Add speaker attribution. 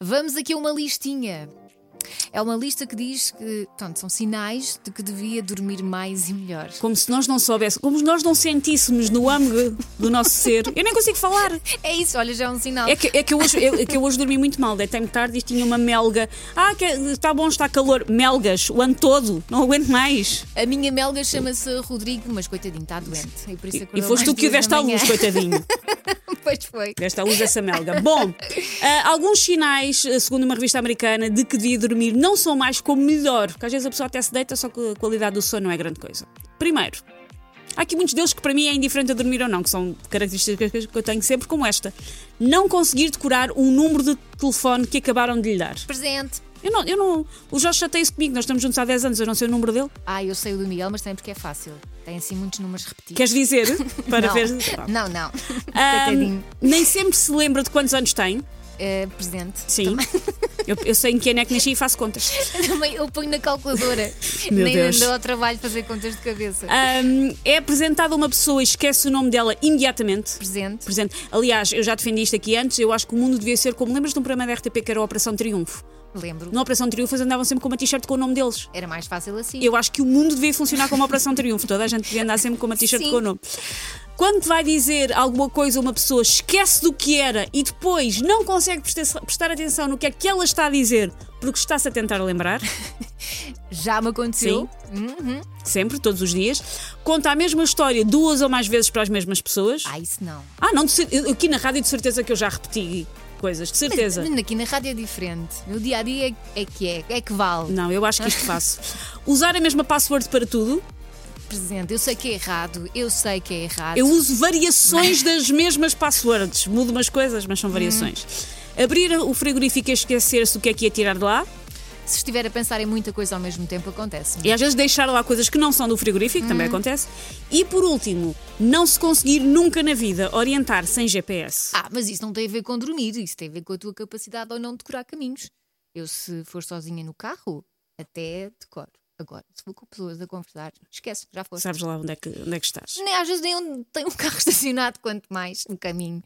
Speaker 1: Vamos aqui a uma listinha. É uma lista que diz que pronto, são sinais de que devia dormir mais e melhor.
Speaker 2: Como se nós não soubéssemos, como se nós não sentíssemos no âmago do nosso ser. Eu nem consigo falar.
Speaker 1: É isso, olha, já é um sinal.
Speaker 2: É que, é que, eu, hoje, eu- é que eu hoje dormi muito mal, deitei-me tarde e tinha uma melga. Ah, que- está bom, está calor. Melgas, o ano todo, não aguento mais.
Speaker 1: A minha melga chama-se Rodrigo, mas coitadinho, está doente. E, por isso
Speaker 2: E,
Speaker 1: acordou mais
Speaker 2: foste tu que o
Speaker 1: duas
Speaker 2: deste
Speaker 1: da
Speaker 2: à
Speaker 1: manhã.
Speaker 2: luz, coitadinho.
Speaker 1: Pois foi.
Speaker 2: Deste à luz essa melga. Bom, ah, alguns sinais, ah, segundo uma revista americana, de que devia dormir não são mais como melhor, porque às vezes a pessoa até se deita, só que a qualidade do sono não é grande coisa. Primeiro, há aqui muitos deles que para mim é indiferente a dormir ou não, que são características que eu tenho sempre, como esta. Não conseguir decorar um número de telefone que acabaram de lhe dar.
Speaker 1: Presente.
Speaker 2: Eu não, eu não. O Jorge chateia-se comigo, nós estamos juntos há 10 anos, eu não sei o número dele.
Speaker 1: Ah, eu sei o do Miguel, mas também porque é fácil. Tem assim muitos números repetidos.
Speaker 2: Queres dizer? Para
Speaker 1: não.
Speaker 2: ver.
Speaker 1: Não, não.
Speaker 2: Ah,
Speaker 1: Coitadinho.
Speaker 2: nem sempre se lembra de quantos anos tem.
Speaker 1: É, presente.
Speaker 2: Sim. Eu, eu sei em que ano é que nasci e faço contas.
Speaker 1: Também eu ponho na calculadora.
Speaker 2: Meu
Speaker 1: Nem
Speaker 2: Deus.
Speaker 1: andou ao trabalho fazer contas de cabeça.
Speaker 2: Ahm, é apresentada uma pessoa e esquece o nome dela imediatamente.
Speaker 1: Presente.
Speaker 2: Por exemplo, aliás, eu já defendi isto aqui antes, eu acho que o mundo devia ser como lembras de um programa da RTP que era a Operação Triunfo.
Speaker 1: Lembro.
Speaker 2: Na Operação Triunfo eles andavam sempre com uma t-shirt com o nome deles.
Speaker 1: Era mais fácil assim.
Speaker 2: Eu acho que o mundo devia funcionar como a Operação Triunfo. Toda a gente devia andar sempre com uma t-shirt
Speaker 1: Sim.
Speaker 2: com o nome. Quando vai dizer alguma coisa a uma pessoa, esquece do que era e depois não consegue prestar- prestar atenção no que é que ela está a dizer porque está-se a tentar lembrar.
Speaker 1: Já me aconteceu.
Speaker 2: Sempre, todos os dias. Conta a mesma história duas ou mais vezes para as mesmas pessoas.
Speaker 1: Ah, isso não.
Speaker 2: Ah, não, de cer- eu- aqui na rádio de certeza que eu já repeti coisas, de certeza.
Speaker 1: Mas aqui na rádio é diferente. No dia a dia é é que é, é que vale.
Speaker 2: Não, eu acho que isto faço. Usar a mesma password para tudo.
Speaker 1: Presente. Eu sei que é errado. Eu sei que é errado.
Speaker 2: Eu uso variações das mesmas passwords. Mudo umas coisas, mas são variações. Abrir o frigorífico e esquecer-se do que é que ia tirar de lá.
Speaker 1: Se estiver a pensar em muita coisa ao mesmo tempo, acontece-me.
Speaker 2: E às vezes deixar lá coisas que não são do frigorífico, também acontece. E por último, não se conseguir nunca na vida orientar sem GPS.
Speaker 1: Ah, mas isso não tem a ver com dormir, isso tem a ver com a tua capacidade ou não de decorar caminhos. Eu, se for sozinha no carro, até decoro. Agora, se for com pessoas a conversar, esquece, já foste.
Speaker 2: Sabes lá onde é que, onde é que estás.
Speaker 1: um Nem às vezes nem onde tem um carro estacionado, quanto mais no caminho.